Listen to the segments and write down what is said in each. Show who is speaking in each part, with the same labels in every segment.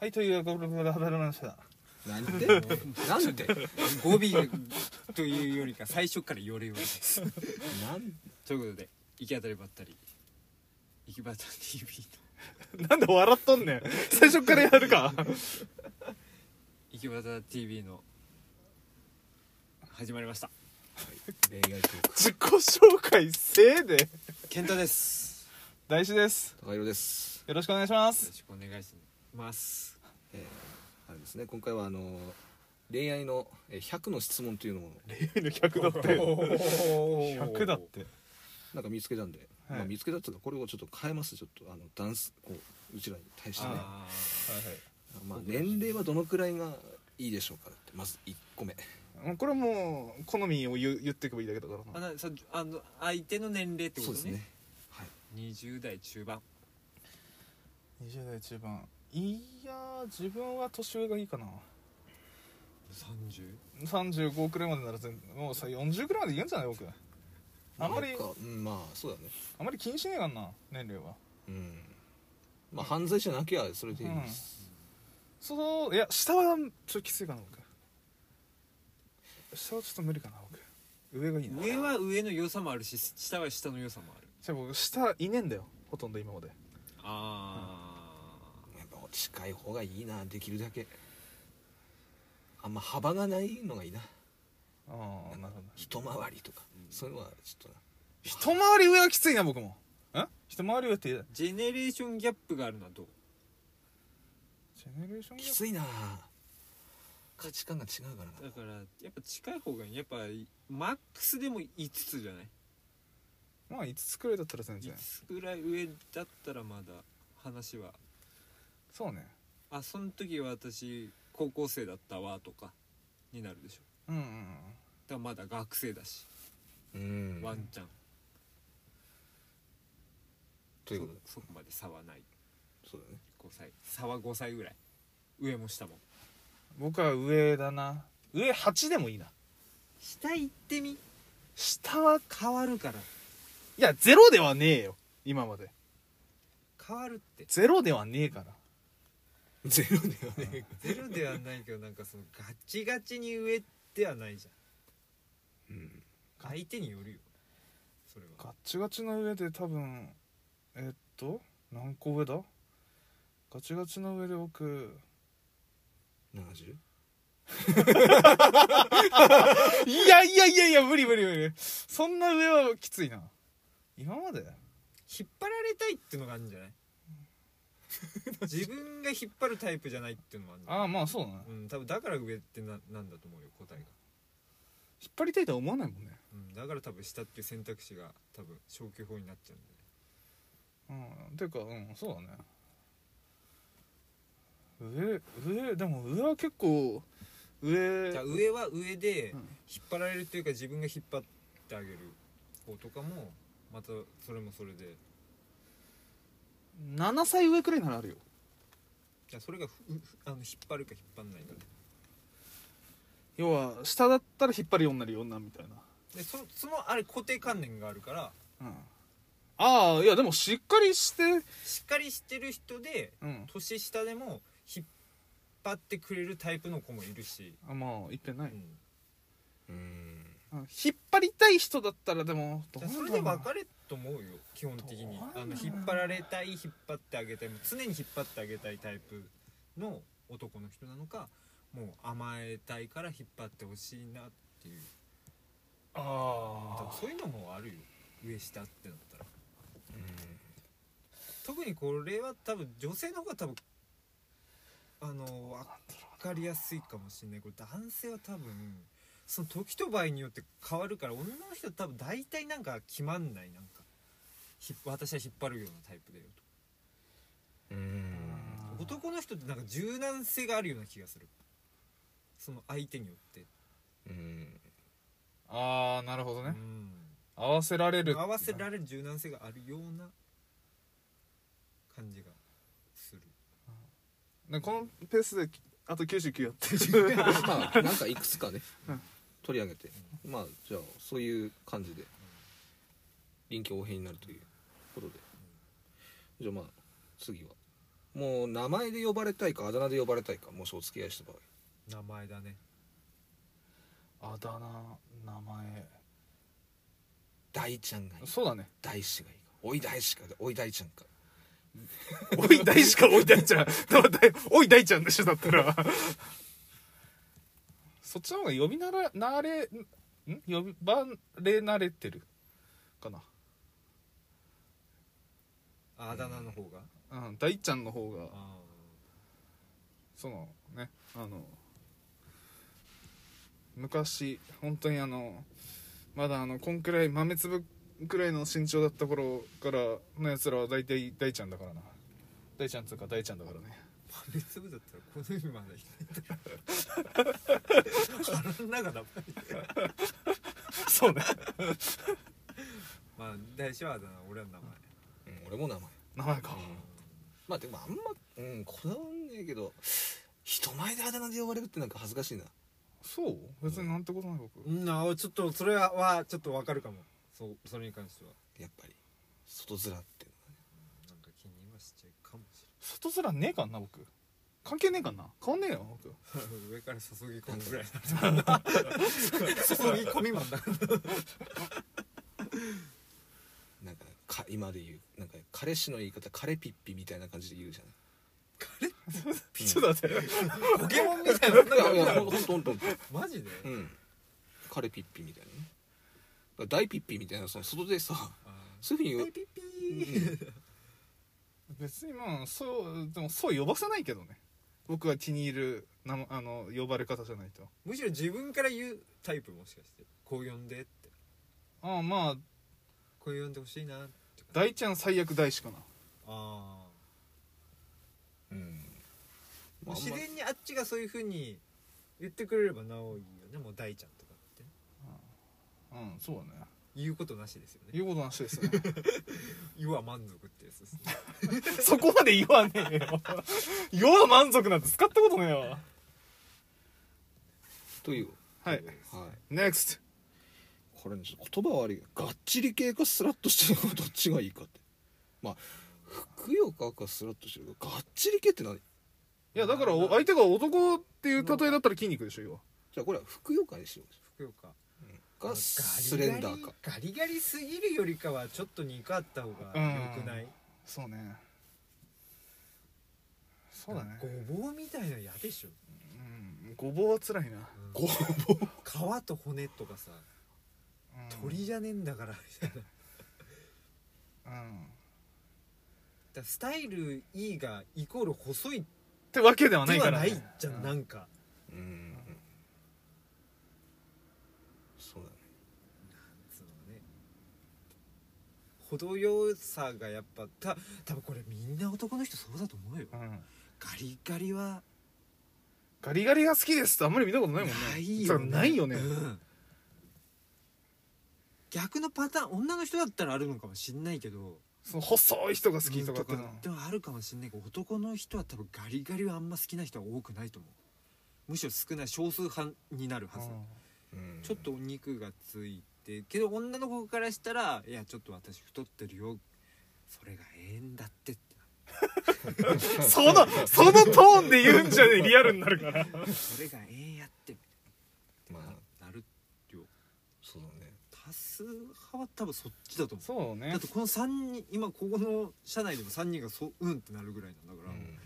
Speaker 1: はい、ということで、ごめんなさい話だ。
Speaker 2: なんてなんて語尾というよりか最初からよれよれです
Speaker 3: なん
Speaker 2: ということで行き当たりばったり行きばったり TV の
Speaker 1: なんで笑っとんねん。最初からやるか。
Speaker 2: 行きばた TV の始まりました
Speaker 3: 例外というか
Speaker 1: 自己紹介せえで。
Speaker 2: 健太です
Speaker 1: 大志です。
Speaker 3: 高弘です
Speaker 1: よろしくお願いしま
Speaker 2: よ
Speaker 1: す
Speaker 2: ろ。しくお願いします
Speaker 3: えー、あれですね今回はあのー恋愛のえー100の質問というのを
Speaker 1: の100だって。100
Speaker 2: 100
Speaker 1: だって。
Speaker 3: なんか見つけたんで、
Speaker 1: はい
Speaker 3: まあ、見つけたというかこれをちょっと変えますちょっとあのダンスをうちらに対してね
Speaker 2: あ
Speaker 3: まあ、年齢はどのくらいがいいでしょうかってまず1個目
Speaker 1: うんこれはもう、好みを言う言っていけばいいだけだから
Speaker 2: あ
Speaker 1: な。
Speaker 2: なさあの相手の年齢ってこ
Speaker 3: そ
Speaker 2: と
Speaker 3: う
Speaker 2: ね
Speaker 3: ですねはい
Speaker 2: 20代中盤
Speaker 1: 20代中盤。いやー、自分は年上がいいかな。
Speaker 2: 30
Speaker 1: 35くらいまでなら全もうさ40くらいまでいけんじゃない僕あんまり
Speaker 3: なんかうんまあそうだね
Speaker 1: あんまり気にしねえかんな年齢は
Speaker 3: うんまあ犯罪じゃなきゃそれでいいです、
Speaker 1: そういや下はちょっときついかな僕下はちょっと無理かな僕上がいいな
Speaker 2: 上は上の良さもあるし下は下の良さもある
Speaker 1: じゃあ僕下いねえんだよほとんど今まで
Speaker 2: ああ
Speaker 3: やっぱ近い方がいいなできるだけあんま幅がないのがいいな
Speaker 1: ああなるほど
Speaker 3: 一回りとか、そういうのはちょっとな
Speaker 1: 一回り上はきついな僕もん一回り上って
Speaker 2: ジェネレーションギャップがあるのはどう
Speaker 1: ジェネレーションギ
Speaker 3: き
Speaker 1: ャッ
Speaker 3: ついな価値観が違うからな
Speaker 2: だからやっぱ近い方がいいやっぱマックスでも5つじゃない
Speaker 1: プまあ5つくらいだったら全然
Speaker 2: 5つぐらい上だったらまだ話は
Speaker 1: そうね
Speaker 2: あその時は私高校生だったわとかになるでし
Speaker 1: う
Speaker 2: ょ
Speaker 1: んうんうん
Speaker 2: だからまだ学生だし
Speaker 3: うん
Speaker 2: ワンちゃん
Speaker 3: ということで
Speaker 2: そそこまで差はない
Speaker 3: そうだね
Speaker 2: 5歳差は5歳ぐらい上も下も
Speaker 1: 僕は上だな上8でもいいな
Speaker 2: 下行ってみ
Speaker 1: 下は
Speaker 2: 変わるから
Speaker 1: いやゼロではねえよ今まで
Speaker 2: 変わるって
Speaker 1: ゼロではねえから
Speaker 3: ゼロではね
Speaker 2: ゼロではないけどなんかそのガチガチに上ではないじ
Speaker 3: うん
Speaker 2: ゃん相手によるよそれは
Speaker 1: ガッチガチの上で多分えっと何個上だガチガチの上で僕
Speaker 3: 70?
Speaker 1: いやいやいやいや無理無理無理そんな上はきついな今まで
Speaker 2: 引っ張られたいってのがあるんじゃない 自分が引っ張るタイプじゃないっていうのもあるんじゃない
Speaker 1: ああまあそうだね
Speaker 2: うん、多分だから上ってななんだと思うよ答えが、
Speaker 1: 引っ張りたいとは思わないもんね
Speaker 2: うん、だから多分下っていう選択肢が多分消去法になっちゃうんだよね
Speaker 1: うんていうかうんそうだね上上でも上は結構上
Speaker 2: じゃあ上は上で
Speaker 1: うん
Speaker 2: 引っ張られるというか自分が引っ張ってあげる方とかもまたそれもそれで
Speaker 1: 7歳上くらいならあるよ
Speaker 2: じゃあそれがふふあの引っ張るか引っ張んないか
Speaker 1: 要は下だったら引っ張るようになるようなみたいな
Speaker 2: でそそのあれ固定観念があるから
Speaker 1: うんああいやでもしっかりして
Speaker 2: しっかりしてる人で
Speaker 1: うん
Speaker 2: 年下でも引っ張ってくれるタイプの子もいるし、
Speaker 1: あまあいっぺんな
Speaker 2: う
Speaker 1: い、
Speaker 2: ん、
Speaker 3: うん
Speaker 1: うん引っ張りたい人だったらでもど
Speaker 2: じゃあそれで別れと思うよ基本的に
Speaker 1: どうなんだ
Speaker 2: あ
Speaker 1: ろう
Speaker 2: の
Speaker 1: な
Speaker 2: 引っ張られたい引っ張ってあげたいもう常に引っ張ってあげたいタイプの男の人なのかもう甘えたいから引っ張ってほしいなっていう多
Speaker 1: あ
Speaker 2: 分そういうのもあるよ上下ってなったら
Speaker 3: うん
Speaker 2: 特にこれは多分女性の方が多分あの分かりやすいかもしれないこれ男性は多分その時と場合によって変わるから女の人は多分大体なんか決まんないなんかひ私は引っ張るようなタイプだよと
Speaker 1: う
Speaker 3: う
Speaker 1: ん
Speaker 3: ん
Speaker 2: 男の人ってなんか柔軟性があるような気がするその相手によって、
Speaker 3: うん
Speaker 1: ああなるほど
Speaker 2: う
Speaker 1: ね、
Speaker 2: ん、
Speaker 1: 合わせられる
Speaker 2: 合わせられる柔軟性があるような感じがする
Speaker 1: ねこのペースであと99やって
Speaker 3: ま
Speaker 1: る
Speaker 3: あなんかいくつかね、
Speaker 1: うん
Speaker 3: 取り上げてまあじゃあそういう感じで臨機応変になるということでじゃあまあ次はもう名前で呼ばれたいかあだ名で呼ばれたいかもしお付き合いした場合
Speaker 2: 名前だね
Speaker 1: あだ名名前
Speaker 3: 大ちゃんがいい
Speaker 1: そうだ ね
Speaker 3: 大志がいいかおい大志かおい大ちゃんか
Speaker 1: おい大しかおい大ちゃんだからだいおい大ちゃんでしょだったらそっちの方が呼びなら慣れん呼びばれ慣れてるかな
Speaker 2: ああだ名の方が、
Speaker 1: うん大ちゃんの方が
Speaker 2: あ
Speaker 1: そのねあの昔本当にあのまだあのこんくらい豆粒くらいの身長だった頃からのやつらは大体大ちゃんだからな大ちゃんっつうか大ちゃんだからね
Speaker 2: あ豆粒だったらこの世にまだいない 腹の中だもん
Speaker 1: そうね
Speaker 2: まあ大志はあだ名俺は名前
Speaker 3: うん俺も名前
Speaker 1: 名前か
Speaker 3: まあでもあんま、うん、こだわんねえけど人前であだ名で呼ばれるってなんか恥ずかしいな
Speaker 1: そう別になんてことない僕、
Speaker 2: うんあちょっとそれはちょっとわかるかもそうそれに関しては
Speaker 3: やっぱり外面って
Speaker 2: なんか気にはしちゃうかもし
Speaker 1: 外面ねえかんな僕関係ねえかんな変わんねえよ僕
Speaker 2: れない 上から注ぎ込むぐらい 注ぎ込みマンだから
Speaker 3: なんかか今で言うなんか彼氏の言い方彼ピッピみたいな感じで言うじゃない
Speaker 1: ちょっと待って
Speaker 2: ポケモンみたいな女が
Speaker 3: いやいや
Speaker 2: 女
Speaker 3: ほん
Speaker 2: が
Speaker 3: とほんとほんと
Speaker 2: マジで、
Speaker 3: うん彼ピッピみたいなねだから大ピッピみたいなその外でさ
Speaker 2: あ
Speaker 3: そういうふう
Speaker 2: ー
Speaker 3: に
Speaker 2: ピッピー
Speaker 1: 別にまあそうでもそう呼ばせないけどね僕が気に入る名もあの呼ばれ方じゃないと
Speaker 2: むしろ自分から言うタイプもしかしてこう呼んでって
Speaker 1: ああまあ
Speaker 2: こう呼んでほしいなって感じ
Speaker 1: 大ちゃん最悪大しかな
Speaker 2: あ
Speaker 3: うん、うん
Speaker 2: あ
Speaker 3: まああん
Speaker 2: 自
Speaker 3: ま
Speaker 2: 然にあっちがそういうふうに言ってくれればなおいいよねもう大ちゃんとかって
Speaker 1: うんそうだね
Speaker 2: 言うことなしですよね
Speaker 1: 言うことなしですね
Speaker 2: 言わ満足ってやつですね
Speaker 1: そこまで言わねえよ 世は満足なんて使ったことねえわ
Speaker 3: という
Speaker 1: はい
Speaker 3: はい
Speaker 1: NEXT
Speaker 3: これねちょっと言葉悪いがっちり系かスラッとしてるのかどっちがいいかってまあふくよかかスラッとしてるかがっちり系って何
Speaker 1: いやだからお相手が男っていう例えだったら筋肉でしょ要は
Speaker 3: じゃあこれはふくよかにしよ
Speaker 2: ふくよか
Speaker 3: うかスレンダーか
Speaker 2: ガリガリすぎるよりかはちょっと肉あった方が良くない
Speaker 1: そうねそうだね
Speaker 2: ごぼうみたいなの嫌でしょ
Speaker 1: うんごぼうは辛いな
Speaker 2: うん
Speaker 3: ご
Speaker 2: 皮と骨とかさ鳥じゃねえんだからみたいなだか
Speaker 1: うん
Speaker 2: らスタイルいいがイコール細い
Speaker 1: ってわけではな
Speaker 2: で
Speaker 1: いか
Speaker 2: は
Speaker 1: ら
Speaker 2: な
Speaker 1: ね
Speaker 2: いじゃんなんか
Speaker 3: うんうんそうだね
Speaker 2: つうのね程よさがやっぱた多分これみんな男の人そうだと思うよ
Speaker 1: うん
Speaker 2: ガリガリは
Speaker 1: ガリガリが好きですってあんまり見たことないもんね
Speaker 2: ない
Speaker 1: そ
Speaker 2: よ
Speaker 1: うないよね
Speaker 2: うん逆のパターン女の人だったらあるのかもしんないけど
Speaker 1: その細い人が好きとかって
Speaker 2: う
Speaker 1: の
Speaker 2: ん
Speaker 1: は
Speaker 2: でもあるかもしんないけど男の人は多分ガリガリはあんま好きな人は多くないと思うむしろ少ない少数派になるはず、
Speaker 3: うん
Speaker 2: ちょっとお肉がついてけど女の子からしたら「いやちょっと私太ってるよそれがええんだって」って
Speaker 1: うんそのそのトーンで言うんじゃねえリアルになるから
Speaker 2: それがええんやってみ
Speaker 3: ま
Speaker 2: たい
Speaker 3: あ
Speaker 2: ななる
Speaker 3: そうだね
Speaker 2: 多数派は多分そっちだと思う
Speaker 1: そう
Speaker 2: だ
Speaker 1: ね
Speaker 2: ってこの3人今ここの社内でも3人がそううんってなるぐらいなんだか
Speaker 3: う
Speaker 2: ら、
Speaker 3: ん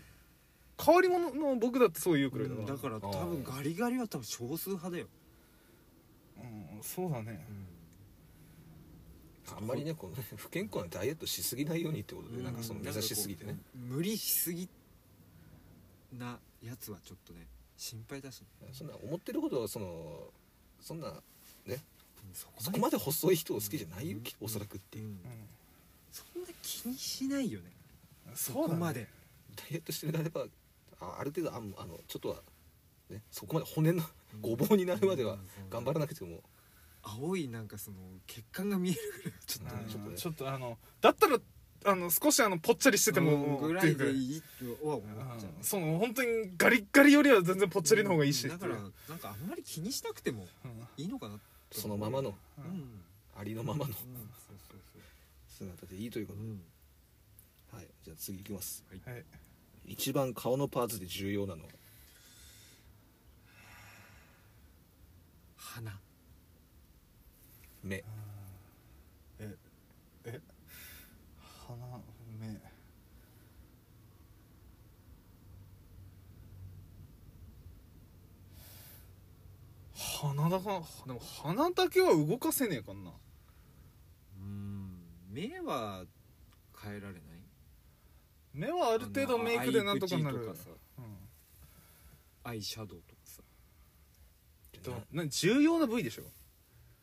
Speaker 1: 変わり者の僕だってそう言うくらいだ
Speaker 2: うん
Speaker 1: か
Speaker 2: だ
Speaker 1: ら
Speaker 2: から多分ガリガリは多分少数派だよ、
Speaker 1: うんそうだね
Speaker 3: あんまりねこの不健康なダイエットしすぎないようにってこと
Speaker 2: う
Speaker 3: でなんかその目指しすぎてね
Speaker 2: なんかこう無理しすぎなやつはちょっとね心配だしね、
Speaker 3: そんな思ってるほどそのそんな
Speaker 2: うんそこ
Speaker 3: そこまで細い人を好きじゃないよ
Speaker 2: うん
Speaker 3: きおそらくってい
Speaker 2: う
Speaker 3: う
Speaker 2: ん
Speaker 1: うん
Speaker 2: そんな気にしないよね
Speaker 1: そ
Speaker 2: そう
Speaker 1: だね
Speaker 2: こまで
Speaker 3: ダイエットしてるなればあある程度あんあのちょっとは、ね、そこまで骨のごぼうになるまでは頑張
Speaker 2: る
Speaker 3: らなくても
Speaker 2: 青いなんかその血管が見えるぐらいはちょっと
Speaker 1: うん
Speaker 2: ね
Speaker 3: ちょっとね
Speaker 1: ちょっとあのだったらあの少しあのぽっちゃりしてても
Speaker 2: うんぐら
Speaker 1: って
Speaker 2: いう
Speaker 1: か
Speaker 2: でいいとは思っちゃう
Speaker 1: うんその本当にガリッガリよりは全然ぽっちゃりの方がいいし
Speaker 2: だからなんかあんまり気にしなくても
Speaker 1: うん
Speaker 2: いいのかなって
Speaker 3: そのままの
Speaker 1: う
Speaker 2: うんん、うん、
Speaker 3: ありのままの
Speaker 2: そうそうそ
Speaker 3: 姿でいいというこ
Speaker 2: う
Speaker 3: と
Speaker 2: う
Speaker 3: で、
Speaker 2: ん
Speaker 3: はい、じゃあ次いきます
Speaker 1: はい
Speaker 3: 一番顔のパーツで重要なのは
Speaker 2: 花
Speaker 3: 目
Speaker 1: ええ鼻目鼻だかでも鼻だけは動かせねえかんな
Speaker 2: うん目は変えられない
Speaker 1: 目はある程度メイクでなんとかなる
Speaker 2: あのアイ口とかさ
Speaker 1: う
Speaker 2: アイシャドウとかさ
Speaker 1: んとな重要な部位でしょ、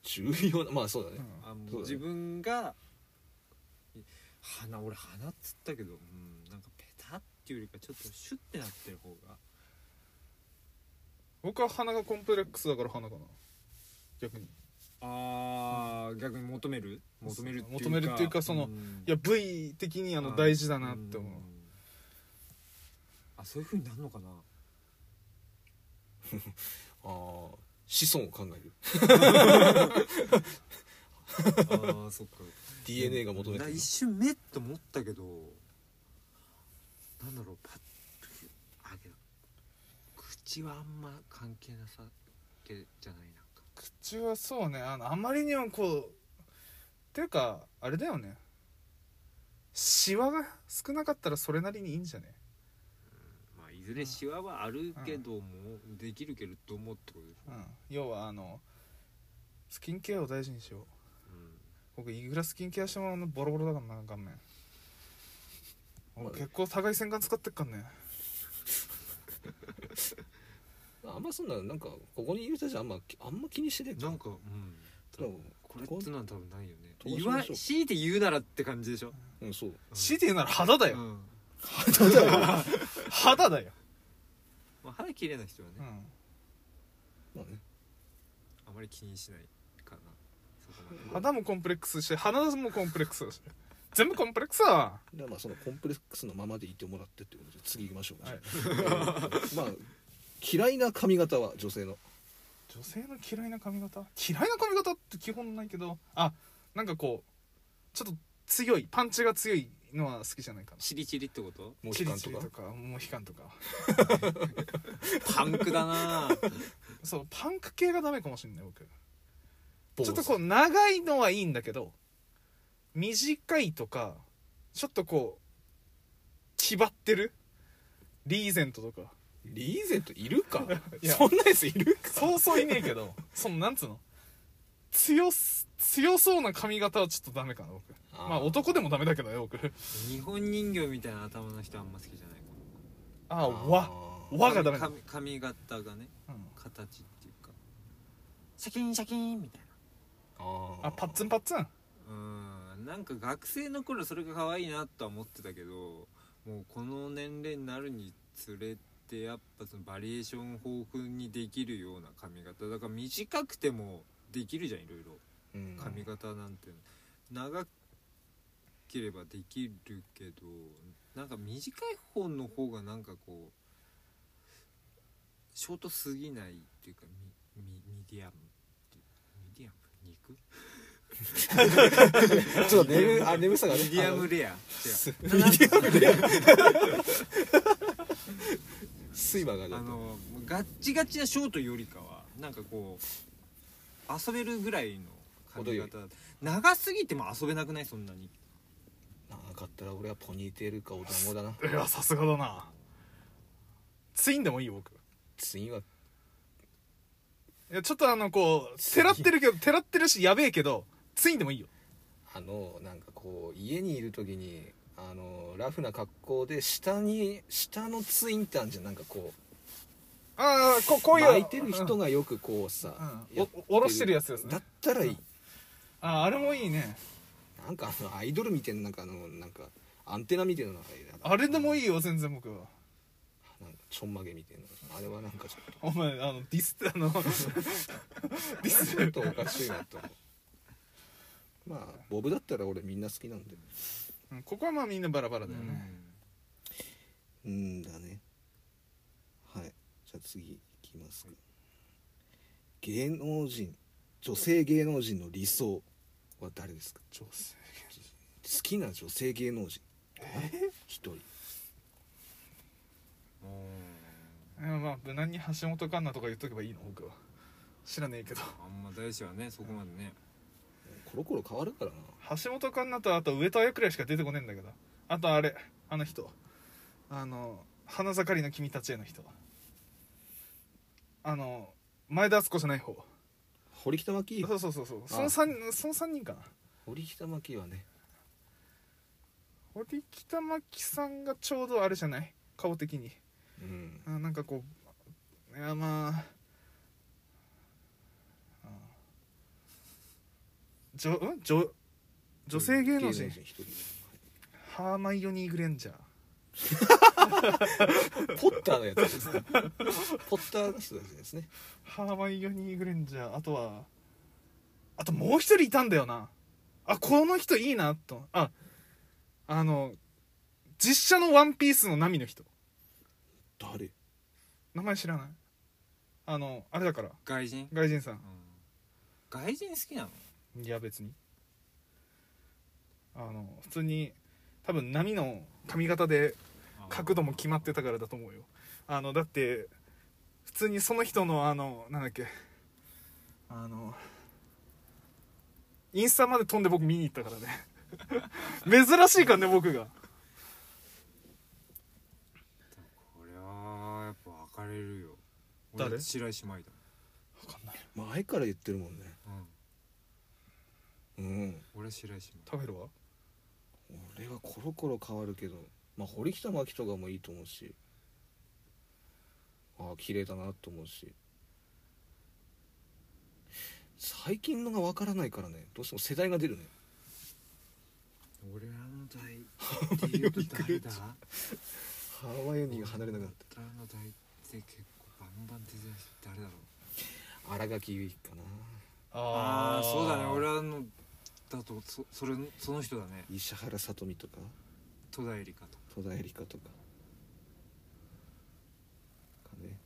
Speaker 3: 重要なまあそうだね、
Speaker 1: うん
Speaker 2: あ
Speaker 3: そ
Speaker 2: も
Speaker 3: う
Speaker 2: う
Speaker 3: だね
Speaker 2: 自分がい鼻俺鼻っつったけど、うん、なんかペタっていうよりかちょっとシュッてなってる方が
Speaker 1: 僕は鼻がコンプレックスだから鼻かな逆に
Speaker 2: あー、逆に求める求めるっていうか
Speaker 1: 求めるっていうかその
Speaker 2: ん
Speaker 1: いや部位的にあの大事だなって思う、
Speaker 2: んあそういう風になるのかな
Speaker 3: ああ子孫を考える
Speaker 2: あーそっか
Speaker 3: DNA が求めて
Speaker 2: な
Speaker 3: る
Speaker 2: 一瞬目って思ったけどなんだろうパッとあけど口はあんま関係なさけじゃないなんか
Speaker 1: 口はそうねあのあまりにもこうっていうかあれだよねシワが少なかったらそれなりにいいんじゃね
Speaker 2: まあいずれシワはあるけども、できるけれどもってことでしょ、
Speaker 1: うん要はあのスキンケアを大事にしよう
Speaker 2: うん
Speaker 1: 僕いくらスキンケアしてもあのボロボロだからな顔面
Speaker 3: まあ
Speaker 1: 俺結構高い洗顔使ってっかんね
Speaker 3: あんまそんななんかここにいる人たちあんまあんま気にしてねえか
Speaker 2: なんかうん
Speaker 3: でも
Speaker 2: これってのは多分ないよね
Speaker 3: どうし
Speaker 2: 言
Speaker 3: ま
Speaker 2: わ
Speaker 3: しょう
Speaker 2: 強いて言うならって感じでしょ、
Speaker 3: うんそう
Speaker 1: 強いて言うなら肌だ
Speaker 2: う
Speaker 1: よ
Speaker 2: ん
Speaker 1: 肌だよ、
Speaker 2: まあ、肌綺麗な人はね、
Speaker 1: うん、
Speaker 3: まあね
Speaker 2: あまり気にしないかなそこまで
Speaker 1: 肌もコンプレックスして鼻もコンプレックスだし全部コンプレックスだわ
Speaker 3: でまあそのコンプレックスのままでいてもらってってことで次行きましょうか、
Speaker 1: はい
Speaker 3: まあ嫌いな髪型は女性の
Speaker 1: 女性の嫌いな髪型嫌いな髪型って基本ないけどあなんかこうちょっと強いパンチが強いのは好きじゃないかな
Speaker 2: チリチリってこと
Speaker 3: モ
Speaker 1: チ
Speaker 3: ヒ
Speaker 1: リ
Speaker 3: カン
Speaker 1: チ
Speaker 3: と
Speaker 1: リ
Speaker 3: か
Speaker 1: とかモヒカンとか
Speaker 2: パンクだなぁ
Speaker 1: そうパンク系がダメかもしんない僕
Speaker 3: 坊主
Speaker 1: ちょっとこう長いのはいいんだけど短いとかちょっとこう気張ってるリーゼントとか
Speaker 3: リーゼントいるか
Speaker 1: いや
Speaker 3: そんなやついるか
Speaker 1: そうそういねえけ どそのなんつうの強す強そうな髪型はちょっとダメかな僕まあ男でもダメだけどね僕
Speaker 2: 日本人形みたいな頭の人あんま好きじゃないか
Speaker 1: あ
Speaker 3: あ
Speaker 1: あわ
Speaker 3: ー
Speaker 1: わがダメだ、
Speaker 2: 髪髪型がね
Speaker 1: うん
Speaker 2: 形っていうかシャキーンシャキーンみたい
Speaker 1: あパッツ
Speaker 3: ン
Speaker 1: ンパッツン
Speaker 2: なうんなんか学生の頃それが可愛いなとは思ってたけどもうこの年齢になるにつれてやっぱそのバリエーション豊富にできるような髪型だから短くてもできるじゃんいろいろ髪型なんて長ければできるけどなんか短い方の方がなんかこうショートすぎないっていうかミミミディアムってミディアム肉
Speaker 3: ちょっと眠あ眠さがね
Speaker 2: ミディア
Speaker 3: あ
Speaker 2: ム
Speaker 3: の
Speaker 2: レア違
Speaker 3: す
Speaker 2: うミディアムレ
Speaker 3: 睡魔がね
Speaker 2: あのガッチガチなショートよりかはなんかこう遊べるぐらいの髪型長すぎても遊べなくないそんなに
Speaker 3: なかったら俺はポニーテールかお団子だない
Speaker 1: やさすがだなツインでもいいよ僕
Speaker 3: 次はい
Speaker 1: やちょっとあのこうてらってるけどてらってるしやべえけどツインでもいいよ
Speaker 3: あのなんかこう家にいる時にあのラフな格好で下に下のツインタンじゃんなんかこう
Speaker 1: ああここういう
Speaker 3: 巻いてる人がよくこうさ
Speaker 1: うん
Speaker 3: やっ
Speaker 1: おおろしてるやつですね
Speaker 3: だったらいい
Speaker 1: あああれもいいね
Speaker 3: なんかあのアイドルみたいななんかあのなんかアンテナみたいなのがいいな
Speaker 1: あれでもいいよ全然僕は
Speaker 3: なんかちょんまげみたいなあれはなんかちょっ
Speaker 1: お前あのディスってあ のディスって
Speaker 3: とちょっとおかしいなと思うまあボブだったら俺みんな好きなんで
Speaker 1: うんここはまあみんなバラバラだよね、
Speaker 3: うんだねはいじゃあ次いきますか、芸能人女性芸能人の理想は誰ですか
Speaker 1: 女性
Speaker 3: 好きな女性芸能人一人
Speaker 1: あ無難に橋本環奈とか言っとけばいいの僕は知らねえけど
Speaker 2: あんま大志はねそこまでね
Speaker 3: コロコロ変わるからな
Speaker 1: 橋本環奈とあと上戸彩くらいしか出てこねえんだけどあとあれあの人あの花盛りの君たちへの人あの前田敦子じゃない方
Speaker 3: 堀北真希
Speaker 1: そうそうそうそう
Speaker 3: あ
Speaker 1: その三その三人かな
Speaker 3: 堀北真希はね
Speaker 1: 堀北真希さんがちょうどあれじゃない顔的に
Speaker 3: うん
Speaker 1: あなんかこういやまああじょん女女性芸能人
Speaker 3: 一人
Speaker 1: ハーマイオニー・グレンジャー
Speaker 3: ポッターのやつですねポッターの人たちですね
Speaker 1: ハーマイオニー・グレンジャーあとはあともう一人いたんだよなあこの人いいなとああの実写の「ワンピースのナミの人
Speaker 3: 誰
Speaker 1: 名前知らないあのあれだから
Speaker 2: 外人、
Speaker 1: 外人さん
Speaker 2: うん外人好きなの
Speaker 1: いや別にあの普通に多分波の髪型で角度も決まってたからだと思うよあのだって普通にその人のあのなんだっけあのインスタまで飛んで僕見に行ったからね 珍しいからね僕が
Speaker 2: これはやっぱ分かれるよ
Speaker 1: 誰
Speaker 2: 俺白石麻衣だ、
Speaker 1: 分かんない
Speaker 3: 前から言ってるもんね
Speaker 2: うん、
Speaker 3: うん
Speaker 2: 俺白石麻衣
Speaker 1: 食べるわ
Speaker 3: 俺はコロコロ変わるけどまあ堀北真希とかもいいと思うしああ綺麗だなと思うし最近のがわからないからねどうしても世代が出るね
Speaker 2: 俺らの代って いうと誰だ
Speaker 3: ハワイに離れなくなっ
Speaker 2: 俺らの代って結構バンバン出てる人誰だろう
Speaker 3: た荒垣結衣かな
Speaker 2: ああそうだね俺
Speaker 1: は
Speaker 2: らのだとそそれその人だね
Speaker 3: 石原さとみとか
Speaker 2: 戸田恵梨香とか、
Speaker 3: 戸田恵梨香とかかね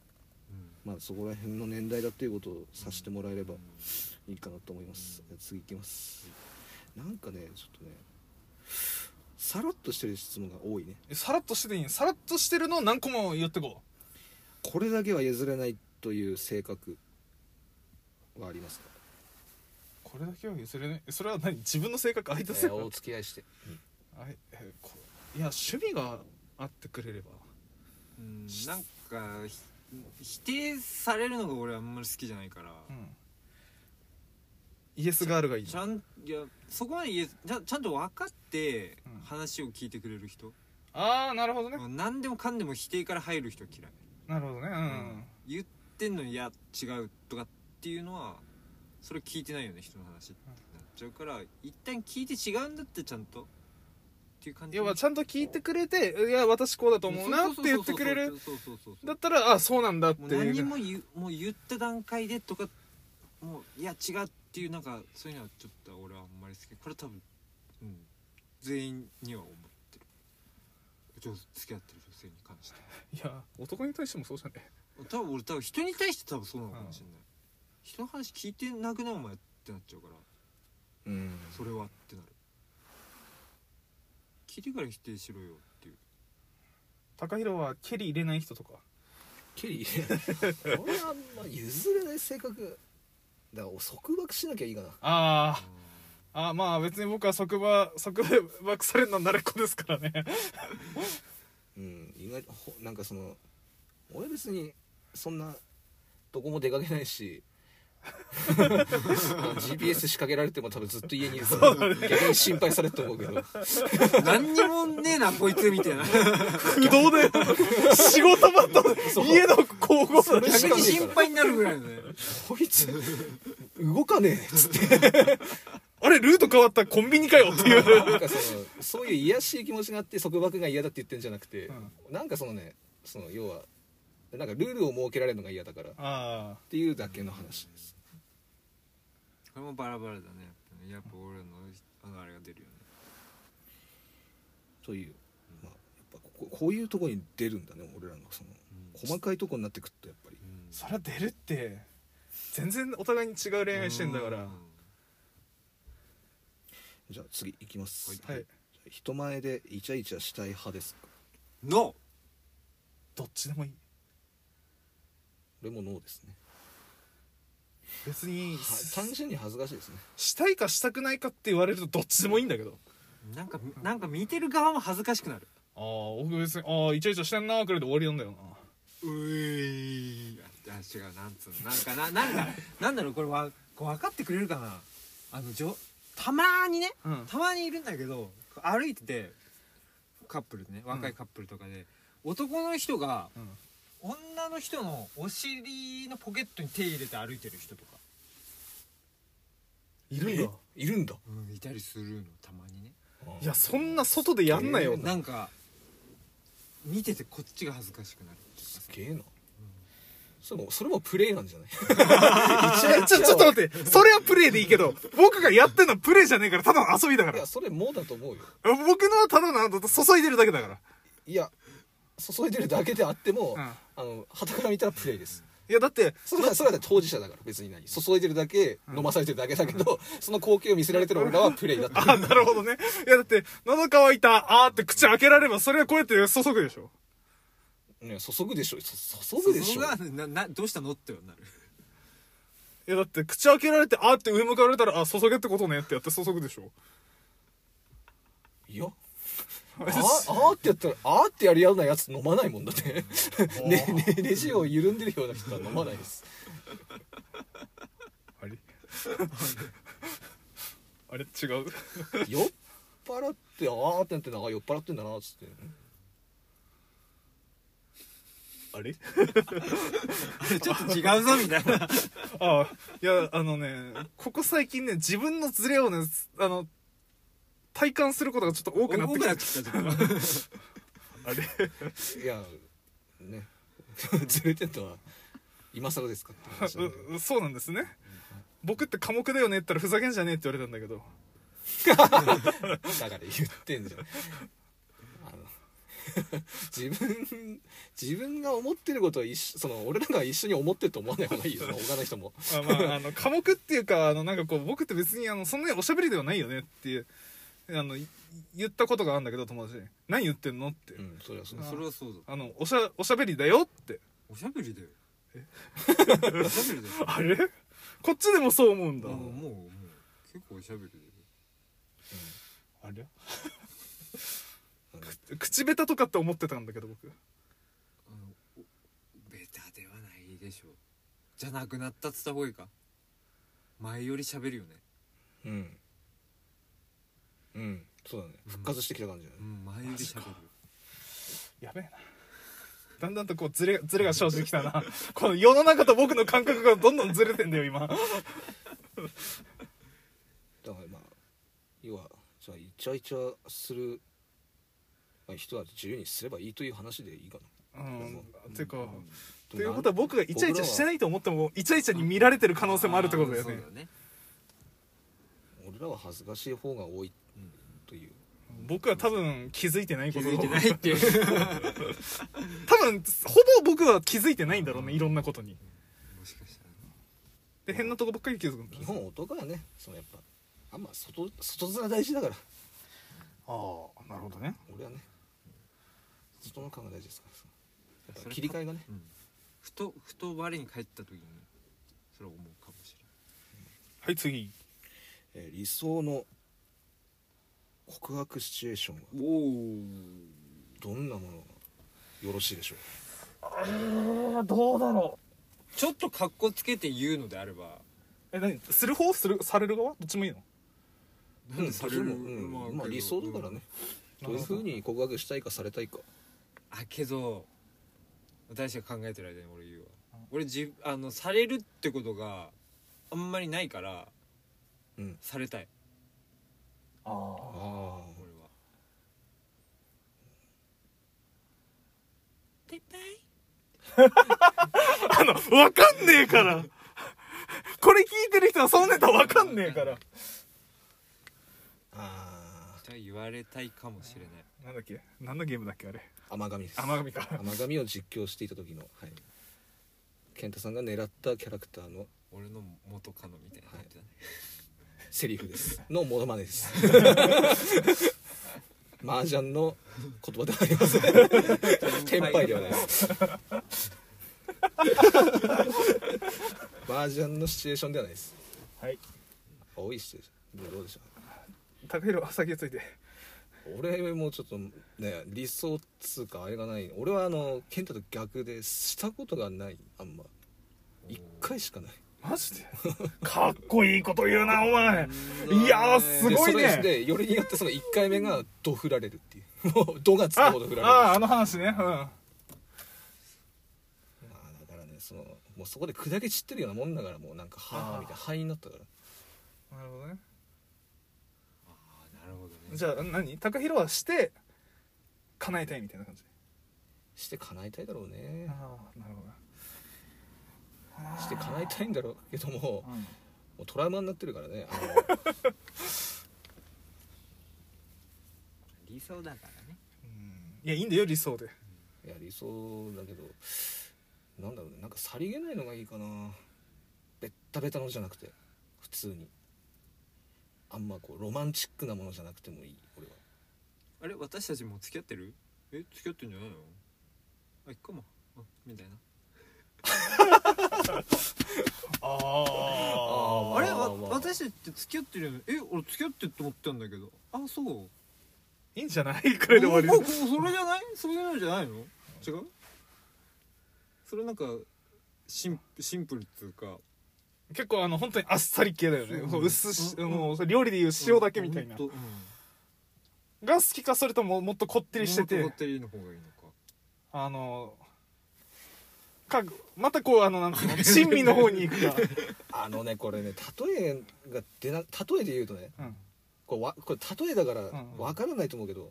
Speaker 3: まあそこら辺の年代だっていうことをさせてもらえればいいかなと思います次いきますなんかねちょっとねさらっとしてる質問が多いね
Speaker 1: さらっとしてていいのさらっとしてるのを何個も言ってこ
Speaker 3: これだけは譲れないという性格はありますか、
Speaker 1: うこれだけは譲れないそれは何自分の性格相
Speaker 3: え
Speaker 1: 手性
Speaker 3: ー
Speaker 1: 格
Speaker 3: お付き合いして、
Speaker 1: あれえこいや趣味があってくれれば
Speaker 2: うん、なんかひ否定されるのが俺あんまり好きじゃないから、
Speaker 1: うんイエスガールがいい
Speaker 2: ちゃんいやそこまで言えちゃんちゃんと分かって
Speaker 1: うん
Speaker 2: 話を聞いてくれる人、
Speaker 1: ああなるほどね
Speaker 2: うん、何でもかんでも否定から入る人は嫌い、
Speaker 1: なるほどねうん
Speaker 2: 言ってんのにいや違うとかっていうのはそれ聞いてないよね人の話ってなっちゃうから一旦聞いて違うんだってちゃんとっていう感じ
Speaker 1: 要はちゃんと聞いてくれて「いや私こうだと思うな」って言ってくれる
Speaker 2: そうそうそうそうそう
Speaker 1: だったら「あそうなんだ」って
Speaker 2: もう
Speaker 1: い
Speaker 2: 何
Speaker 1: う
Speaker 2: も言うもう言った段階でとかもういや違うっていうなんかそういうのはちょっと俺はあんまり好きこれ多分、うん、全員には思ってる女付き合ってる女性に関して
Speaker 1: いや男に対してもそうじゃね
Speaker 2: 多分俺多分人に対して多分そうなのかもしれない、人の話聞いてなくないお前ってなっちゃうから
Speaker 3: うん
Speaker 2: それはってなる聞いてから否定しろよっていう
Speaker 1: 高弘は蹴り入れない人とか
Speaker 3: ケリー 俺はあんま譲れない性格だから束縛しなきゃいいかな
Speaker 1: あ
Speaker 2: う
Speaker 1: ー
Speaker 2: ん
Speaker 1: あーまあ別に僕は即場即場されるのは慣れっこですからね
Speaker 3: うん意外とほなんかその俺別にそんなどこも出かけないし GPS 仕掛けられても多分ずっと家にいるから逆に心配されると思うけど
Speaker 2: 何にもねえなこいつみたいな
Speaker 1: 不動で仕事場と
Speaker 3: そう
Speaker 1: 家の工房
Speaker 3: それ
Speaker 2: 逆
Speaker 3: しかね
Speaker 2: に
Speaker 3: え
Speaker 2: 心
Speaker 3: から
Speaker 2: 配になるぐらいのね
Speaker 3: こいつ動かねえっつって
Speaker 1: あれルート変わったコンビニかよっていう
Speaker 3: なんかそのそういう癒やしい気持ちがあって束縛が嫌だって言ってんじゃなくて、
Speaker 1: う
Speaker 3: なんかそのねその要はなんかルールを設けられるのが嫌だからっ
Speaker 1: あ
Speaker 3: ていうだけの話です
Speaker 2: これもバラバラだねやっぱねやっぱ俺のあのあれが出るよね
Speaker 3: という、まあ、やっぱこここういうとこに出るんだね俺らのその細かいとこになってくっとやっぱり
Speaker 1: あそりゃ出るって全然お互いに違う恋愛してんだから
Speaker 3: じゃあ次いきます、
Speaker 2: はい
Speaker 1: はい
Speaker 3: じゃあ人前でイチャイチャしたい派ですか
Speaker 2: の
Speaker 1: どっちでもいい
Speaker 3: これもノーですね
Speaker 1: 別に
Speaker 3: は 単純に恥ずかしいですね
Speaker 1: したいかしたくないかって言われるとどっちでもいいんだけど
Speaker 2: なんかなんか見てる側も恥ずかしくなる
Speaker 1: ああ僕別にああイチャイチャしてんなーくらいで終わりなんだよな
Speaker 2: ういあ違うなんつうのなんかななんかなんだろうこれはこう分かってくれるかなあのじょたまーにね
Speaker 1: うん
Speaker 2: たまにいるんだけど歩いててカップルね若いカップルとかで、男の人が
Speaker 1: うん
Speaker 2: 女の人のお尻のポケットに手入れて歩いてる人とか、
Speaker 1: い
Speaker 3: えいるんだ
Speaker 2: いたりするのたまにね
Speaker 1: いやそんな外でやんなよ、
Speaker 3: えー
Speaker 2: なんか見ててこっちが恥ずかしくなる
Speaker 3: すげえな、それもそれもプレイなんじゃない
Speaker 1: えちょちょっと待ってそれはプレイでいいけど僕がやってるのはプレイじゃねえからただの遊びだか
Speaker 3: い
Speaker 1: ら
Speaker 3: やそれもだと思うよ
Speaker 1: 僕のはただのあの注いでるだけだから
Speaker 3: いや注いでるだけであっても、
Speaker 1: うん
Speaker 3: あの傍から見たらプレイです
Speaker 1: いやだって
Speaker 3: それはそれは当事者だから別に何注いでるだけ飲まされてるだけだけど、その光景を見せられてる俺らはプレイだって
Speaker 1: あなるほどねいやだって喉乾いたあーって口開けられればそれはこうやって注ぐでしょ
Speaker 3: ね注ぐでしょそ注ぐでしょ
Speaker 2: そこがななどうしたのってなる
Speaker 1: いやだって口開けられてあーって上向かれたらあ注げってことねってやって注ぐでしょ
Speaker 3: いやああーってやったらあーってやり合うなやつ飲まないもんだ ってねねレジを緩んでるような人は飲まない です
Speaker 1: あれあれ違う
Speaker 3: 酔っ払ってあーってなってなあー酔っ払ってんだなっつって
Speaker 1: あれ
Speaker 2: あれちょっと違うぞみたい な
Speaker 1: あいやあのねここ最近ね自分のズレをねあの体感することがちょっと多くなってきた
Speaker 2: 多くなってきた
Speaker 1: あれ
Speaker 3: いやね ずれてんのは今更ですかって話なんだけど
Speaker 1: うそうなんですね僕って寡黙だよねって言ったらふざけんじゃねえって言われたんだけど
Speaker 3: だから言ってんじゃんあの 自分自分が思ってることは一緒その俺らが一緒に思ってると思わない方がいいよその他の人も
Speaker 1: あまあ、あの寡黙っていうかあのなんかこう僕って別にあのそんなにおしゃべりではないよねっていうあのい言ったことがあるんだけど友達に「何言ってんの?」って、
Speaker 3: うんそれはそう
Speaker 2: それはそうだ
Speaker 1: あのおしゃおしゃべりだよ」って
Speaker 2: おしゃべりだよお しゃべりだよ
Speaker 1: あれこっちでもそう思うんだ、
Speaker 2: もうもうもう結構おしゃべりだよ
Speaker 1: あれく口下手とかって思ってたんだけど僕
Speaker 2: あのおベタではないでしょうじゃなくなったっつった方がいいか前より喋るよね
Speaker 3: うんうんそうだね復活してきた感じだね
Speaker 2: うん前より喋る
Speaker 1: やべえなだんだんとこうずれずれが生じてきたな この世の中と僕の感覚がどんどんずれてんだよ今
Speaker 3: だからまあ要はじゃあイチャイチャするまあ人は自由にすればいいという話でいいか
Speaker 1: うんていうか、
Speaker 3: な
Speaker 1: ということは僕がイチャイチャしてないいと思ってもイチャイチャに見られてる可能性もあるってことだよ
Speaker 2: あー
Speaker 1: ね
Speaker 2: そうだね
Speaker 3: 俺らは恥ずかしい方が多い
Speaker 2: うん
Speaker 3: という
Speaker 1: 僕は多分気づいてない
Speaker 2: 気
Speaker 1: こと
Speaker 2: づいてないっていう
Speaker 1: 多分ほぼ僕は気づいてないんだろうねいろんなことに
Speaker 2: もしかしたら
Speaker 1: で変なとこばっかり気づくんだ
Speaker 3: 基本男はねそのやっぱあんま外外面大事だから
Speaker 1: ああなるほどね
Speaker 3: 俺はね外の感が大事ですから
Speaker 2: それ
Speaker 3: 切り替えがね
Speaker 2: うんふとふと我に返った時にそれを思うかもしれない
Speaker 1: はい次
Speaker 3: えー理想の告白シチュエーションは
Speaker 2: おお
Speaker 3: どんなものがよろしいでしょ
Speaker 1: どうだろ
Speaker 2: ちょっと格好つけて言うのであれば
Speaker 1: うえ何する方するされる側どっちもいいの
Speaker 3: う
Speaker 2: なんでされる
Speaker 3: うんうんまあ理想だからね、どういうふうに告白したいかされたいか
Speaker 2: あけど私が考えてる間に俺言うわ俺じあのされるってことがあんまりないから
Speaker 3: うん
Speaker 2: されたい
Speaker 1: あ
Speaker 3: ああ
Speaker 2: 俺はバイバイ
Speaker 1: あのわかんねえからこれ聞いてる人はそのネタわかんねえから
Speaker 3: あ
Speaker 2: とは言われたいかもしれない
Speaker 1: なんだっけ何のゲームだっけあれ
Speaker 3: ー甘神です
Speaker 1: 甘神か
Speaker 3: 甘神を実況していた時のはい健太さんが狙ったキャラクターの
Speaker 2: 俺の元カノみたいな感じだね、
Speaker 3: セリフ ですのモノマネです麻雀の言 葉ではありません天敗ではないです 麻雀のシチュエーションではないです
Speaker 1: はい
Speaker 3: 多いシチュエーションどうでしょ
Speaker 1: 高弘は先ついて
Speaker 3: う俺もちょっとね理想っつうかあれがない俺はあの健太と逆でしたことがないあんま一回しかない
Speaker 1: マジでかっこいいこと言うなお前いやーす
Speaker 3: で
Speaker 1: ごい
Speaker 3: それ
Speaker 1: ね
Speaker 3: でよりによってその1回目がド振られるっていうもうドがつく
Speaker 1: あ
Speaker 3: ほど振られる
Speaker 1: ああの話ねうん
Speaker 3: まあだからねそのもうそこで砕け散ってるようなもんだからもうなんかは
Speaker 1: あ
Speaker 3: あ
Speaker 1: ー
Speaker 3: みたいな灰になったから
Speaker 1: なるほどね
Speaker 2: あーなるほどね
Speaker 1: じゃあ何高弘はして叶えたいみたいな感じ
Speaker 3: して叶えたいだろうね
Speaker 1: ああなるほど
Speaker 3: して叶えたいんだろうけどもも
Speaker 1: うん
Speaker 3: うトラウマになってるからねあの
Speaker 2: 理想だからね
Speaker 1: いやいいんだよ理想で
Speaker 3: いや理想だけどなんだろうねなんかさりげないのがいいかなベッタベタのじゃなくて普通にあんまこうロマンチックなものじゃなくてもいい俺は
Speaker 2: あれ私たちもう付き合ってるえ付き合ってんじゃないのあ一個もあみたいな
Speaker 1: あ
Speaker 3: あ
Speaker 1: あ
Speaker 2: あれわ
Speaker 3: まあまあ
Speaker 2: 私たちって付き合ってるよねえ俺付き合ってると思ったんだけどあそうこ
Speaker 1: いいんじゃないこれで終わり
Speaker 2: うそれじゃないそういうのじゃないの違うそれなんかシンプシンプルっていうか
Speaker 1: 結構あの本当にあっさり系だよね
Speaker 2: そう
Speaker 1: こう薄し
Speaker 2: うん
Speaker 1: もう料理でいう塩だけみたいな
Speaker 2: ほんと
Speaker 1: が好きかそれとももっとこって
Speaker 2: うん
Speaker 1: りして
Speaker 2: もうちょっとこ
Speaker 1: て
Speaker 2: ってりの方がいいのか
Speaker 1: あのかまたこうあのなんていうの珍味の方に行くか
Speaker 3: あのねこれね例えが出な例えで言うとね
Speaker 1: うん
Speaker 3: これわこれ例えだから
Speaker 1: ん
Speaker 3: わからないと思うけど、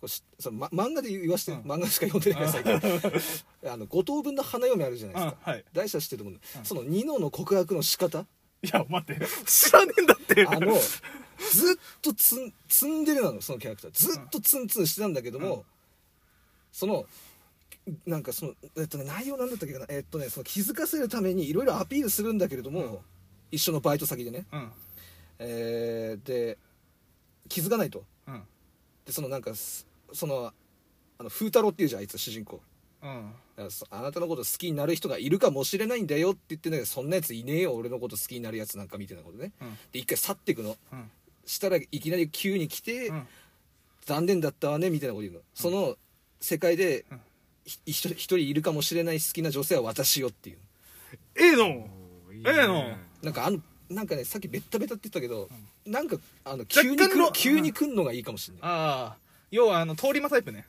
Speaker 3: これしそのま、漫画で言わして、
Speaker 1: うん
Speaker 3: 漫画しか読んでないから最 近あの五等分の花嫁あるじゃないうです
Speaker 1: ん
Speaker 3: か、
Speaker 1: はい
Speaker 3: 大社知ってると思うんだ、
Speaker 1: うん
Speaker 3: そのニノの告白の仕方
Speaker 1: いや待って知らねえんだって
Speaker 3: あのずっとツンツンデレなのそのキャラクターずっとツンツンしてたんだけども、
Speaker 1: うん
Speaker 3: そのなんかその、えっとね、内容なんだったっけかな、えっとね、その気づかせるためにいろいろアピールするんだけれども、一緒のバイト先でね、
Speaker 1: うん
Speaker 3: えーで気づかないと。
Speaker 1: うん
Speaker 3: でそのなんかすそのあの風太郎っていうじゃんあいつ主人公
Speaker 1: うん
Speaker 3: だからそあなたのこと好きになる人がいるかもしれないんだよって言ってんだけどそんなやついねえよ俺のこと好きになるやつなんかみたいなことね
Speaker 1: うん
Speaker 3: で一回去っていくの
Speaker 1: うん
Speaker 3: したらいきなり急に来て、
Speaker 1: うん
Speaker 3: 残念だったわねみたいなこと言うのその世界で
Speaker 1: うん
Speaker 3: ひ一人一人いるかもしれない好きな女性は私よっていう
Speaker 1: ええの
Speaker 2: おーいい
Speaker 1: え
Speaker 2: ね
Speaker 1: えの
Speaker 3: なんかあのなんかねさっきベッタベタって言ったけど、なんかあの
Speaker 1: 若
Speaker 3: 急に
Speaker 1: 干
Speaker 3: 来る
Speaker 1: の
Speaker 3: 急に来んのがいいかもしれない
Speaker 1: ああ要はあの通り魔タイプね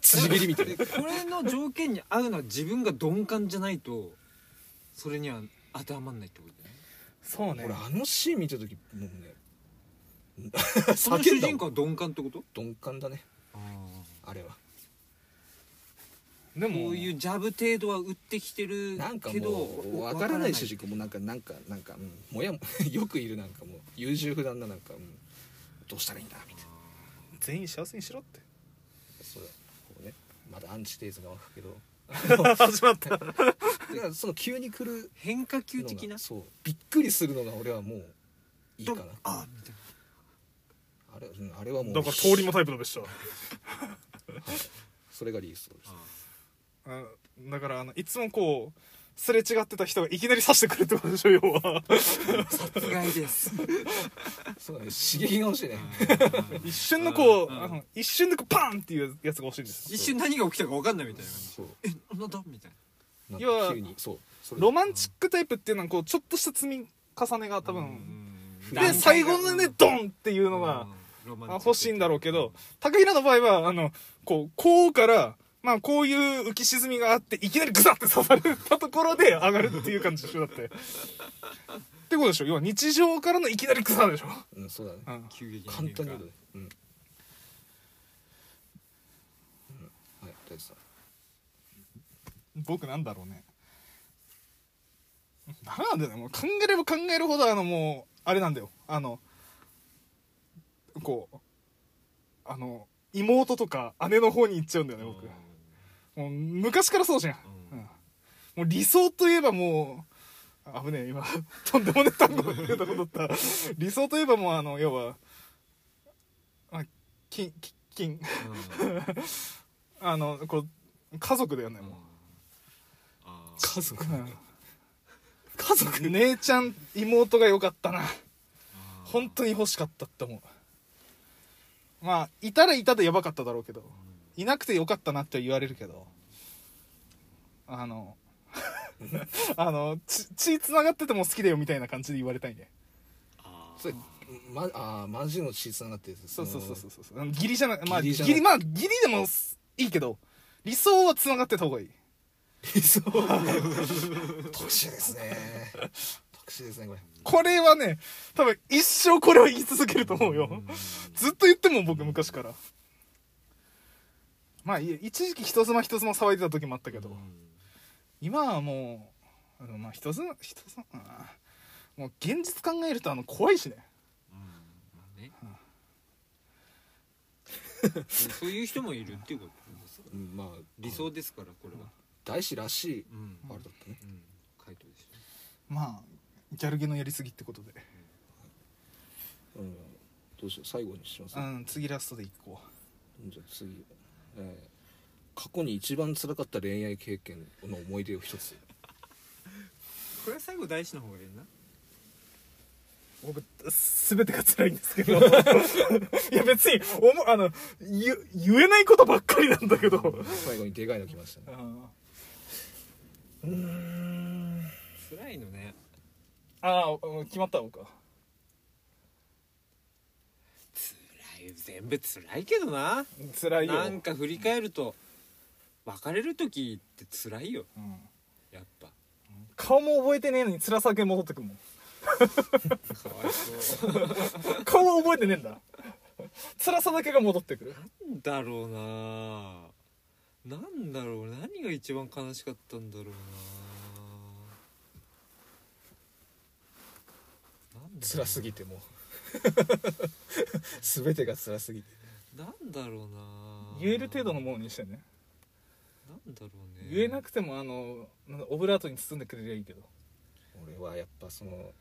Speaker 3: 辻斬りみたいな
Speaker 2: でこれの条件に合うのは自分が鈍感じゃないとそれには当てはまんないってことだね
Speaker 1: そうね
Speaker 3: 俺あのシーン見た時もうね
Speaker 2: その
Speaker 3: 叫
Speaker 2: 主
Speaker 3: んだも
Speaker 2: 人
Speaker 3: ん
Speaker 2: 公は鈍感ってこと
Speaker 3: 鈍感だね
Speaker 2: あ
Speaker 3: あれは
Speaker 1: で
Speaker 2: こ
Speaker 1: も
Speaker 2: ういうジャブ程度は打ってきてる
Speaker 3: なんか
Speaker 2: けど
Speaker 3: もう分からない主人公もうなんかなんかなんか、うん、もやも よくいるなんかもう優柔不断ななんか、うん、どうしたらいいんだみたいな
Speaker 1: 全員幸せにしろって
Speaker 3: そうこうねまだアンチテーズが湧くけど
Speaker 1: 始まった
Speaker 3: だからその急に来る
Speaker 2: 変化球
Speaker 3: のが
Speaker 2: 的な
Speaker 3: そうびっくりするのが俺はもういいかな
Speaker 2: あみたい
Speaker 3: あれ,、うん、あれはもう
Speaker 1: だから通り魔タイプの別所
Speaker 3: それが理想です
Speaker 2: な
Speaker 1: うんだからあのいつもこうすれ違ってた人がいきなり刺してくるってことでしょ要は
Speaker 2: 殺害です
Speaker 3: そうだね刺激が欲しいね
Speaker 1: 一瞬のこう
Speaker 2: うんうん
Speaker 1: あの一瞬でこうパンっていうやつが欲しいんです
Speaker 2: 一瞬何が起きたか分かんないみたいな
Speaker 3: そう
Speaker 2: えなんだみたい
Speaker 3: なん
Speaker 1: 要は
Speaker 3: か急にそうそれ
Speaker 1: ロマンチックタイプっていうのはこうちょっとした積み重ねが多
Speaker 2: な
Speaker 1: 分
Speaker 2: うん
Speaker 1: で最後のねドンっていうのが
Speaker 2: ロマンチック
Speaker 1: あ欲しいんだろうけど高平の場合はあのこうこうからまあこういう浮き沈みがあっていきなりグサッて刺されたところで上がるっていう感じでしょだって。ってことでしょ要は日常からのいきなりグサでしょ、
Speaker 3: うんそうだね
Speaker 1: うん、
Speaker 2: 急激な
Speaker 3: 簡
Speaker 2: 変
Speaker 3: 単に
Speaker 2: 化
Speaker 3: 言うとねうん、うん、はい大地さん
Speaker 1: 僕なんだろうねダメなんだよねもう考えれば考えるほどあのもうあれなんだよあのこうあの妹とか姉の方に行っちゃうんだよね僕もう昔からそうじゃん、
Speaker 2: う
Speaker 1: うんんもう理想といえばもうあ危ねえ今 とんでもねえ単語が出たことだった理想といえばもうあの要はあ金金金
Speaker 2: うんうん
Speaker 1: あのこう家族だよねもう
Speaker 2: あー
Speaker 3: 家族
Speaker 1: うん
Speaker 3: 家族
Speaker 1: 姉ちゃん妹が良かったな
Speaker 2: あー
Speaker 1: 本当に欲しかったって思うまあいたらいたでやばかっただろうけどいなくてよかったなって言われるけどあの あの血血繋がってても好きだよみたいな感じで言われたいね
Speaker 2: あ
Speaker 3: それまあーマジの血つながってるやつ
Speaker 1: そうそうそうそうそうあの義理じゃなまあ
Speaker 3: 義理
Speaker 1: 義
Speaker 3: じゃ
Speaker 1: 理
Speaker 3: な
Speaker 1: まあ義理でもすいいけど理想は繋がってた方がいい
Speaker 3: 理想特殊ですね特殊ですねこれ
Speaker 1: これはね多分一生これは言い続けると思うよ、
Speaker 2: ー
Speaker 1: ずっと言っても僕昔からまあいい一時期人妻人妻騒いでた時もあったけど、
Speaker 2: うん
Speaker 1: 今はもうあのまあ人妻人妻あーもう現実考えるとあの怖いしね
Speaker 2: うんまあねそういう人もいるっていうことですよ
Speaker 3: うんまあ
Speaker 2: 理想ですからこれは
Speaker 3: 大師らしい
Speaker 2: うん
Speaker 3: あれだったね
Speaker 2: うん回答でしょ
Speaker 1: まあギャルゲのやりすぎってことで、
Speaker 3: うんどうしよう最後にします
Speaker 1: うん、次ラストでいこ
Speaker 3: じゃあ次、えー過去に一番辛かった恋愛経験の思い出を一つ
Speaker 2: これは最後大事の方がいいな
Speaker 1: う僕全てが辛いんですけど いや別におもあの言言えないことばっかりなんだけど
Speaker 3: 最後にでかいの来ましたね
Speaker 2: 辛いのね
Speaker 1: ああ決まったのか
Speaker 2: 辛い全部辛いけどな
Speaker 1: 辛いよ
Speaker 2: なんか振り返ると別れる時って辛いよ
Speaker 1: うん
Speaker 2: やっぱ
Speaker 1: 顔も覚えてねえのに辛さだけ戻ってくもん
Speaker 2: かわいそう
Speaker 1: 顔は覚えてねえんだ辛さだけが戻ってくる
Speaker 2: なん だろうななんだろう何が一番悲しかったんだろうななんだろう
Speaker 3: 辛すぎてもう全てが辛すぎて
Speaker 2: なんだろうな
Speaker 1: 言える程度のものにしてね
Speaker 2: なんだろうね
Speaker 1: 言えなくてもあのなんだオブラートに包んでくれりゃいいけど
Speaker 3: 俺はやっぱその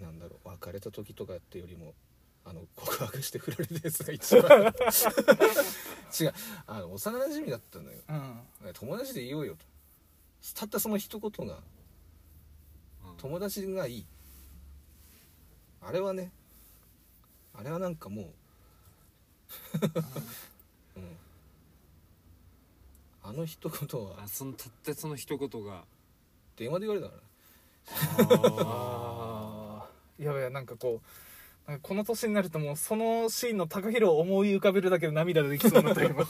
Speaker 3: なんだろう別れた時とかってよりもあの告白して振られたやつが一 番違うあの幼馴染だったのよ
Speaker 1: うん
Speaker 3: 友達でいようよとたったその一言が
Speaker 2: うん
Speaker 3: 友達がいいあれはねあれはなんかも う、うん、あの一言は
Speaker 2: あそのたったその一言が
Speaker 3: 電話で言われたから
Speaker 1: ああやばいやなんかこうなんかこの年になるともうそのシーンの高弘を思い浮かべるだけで涙出てきそうになった今
Speaker 2: あ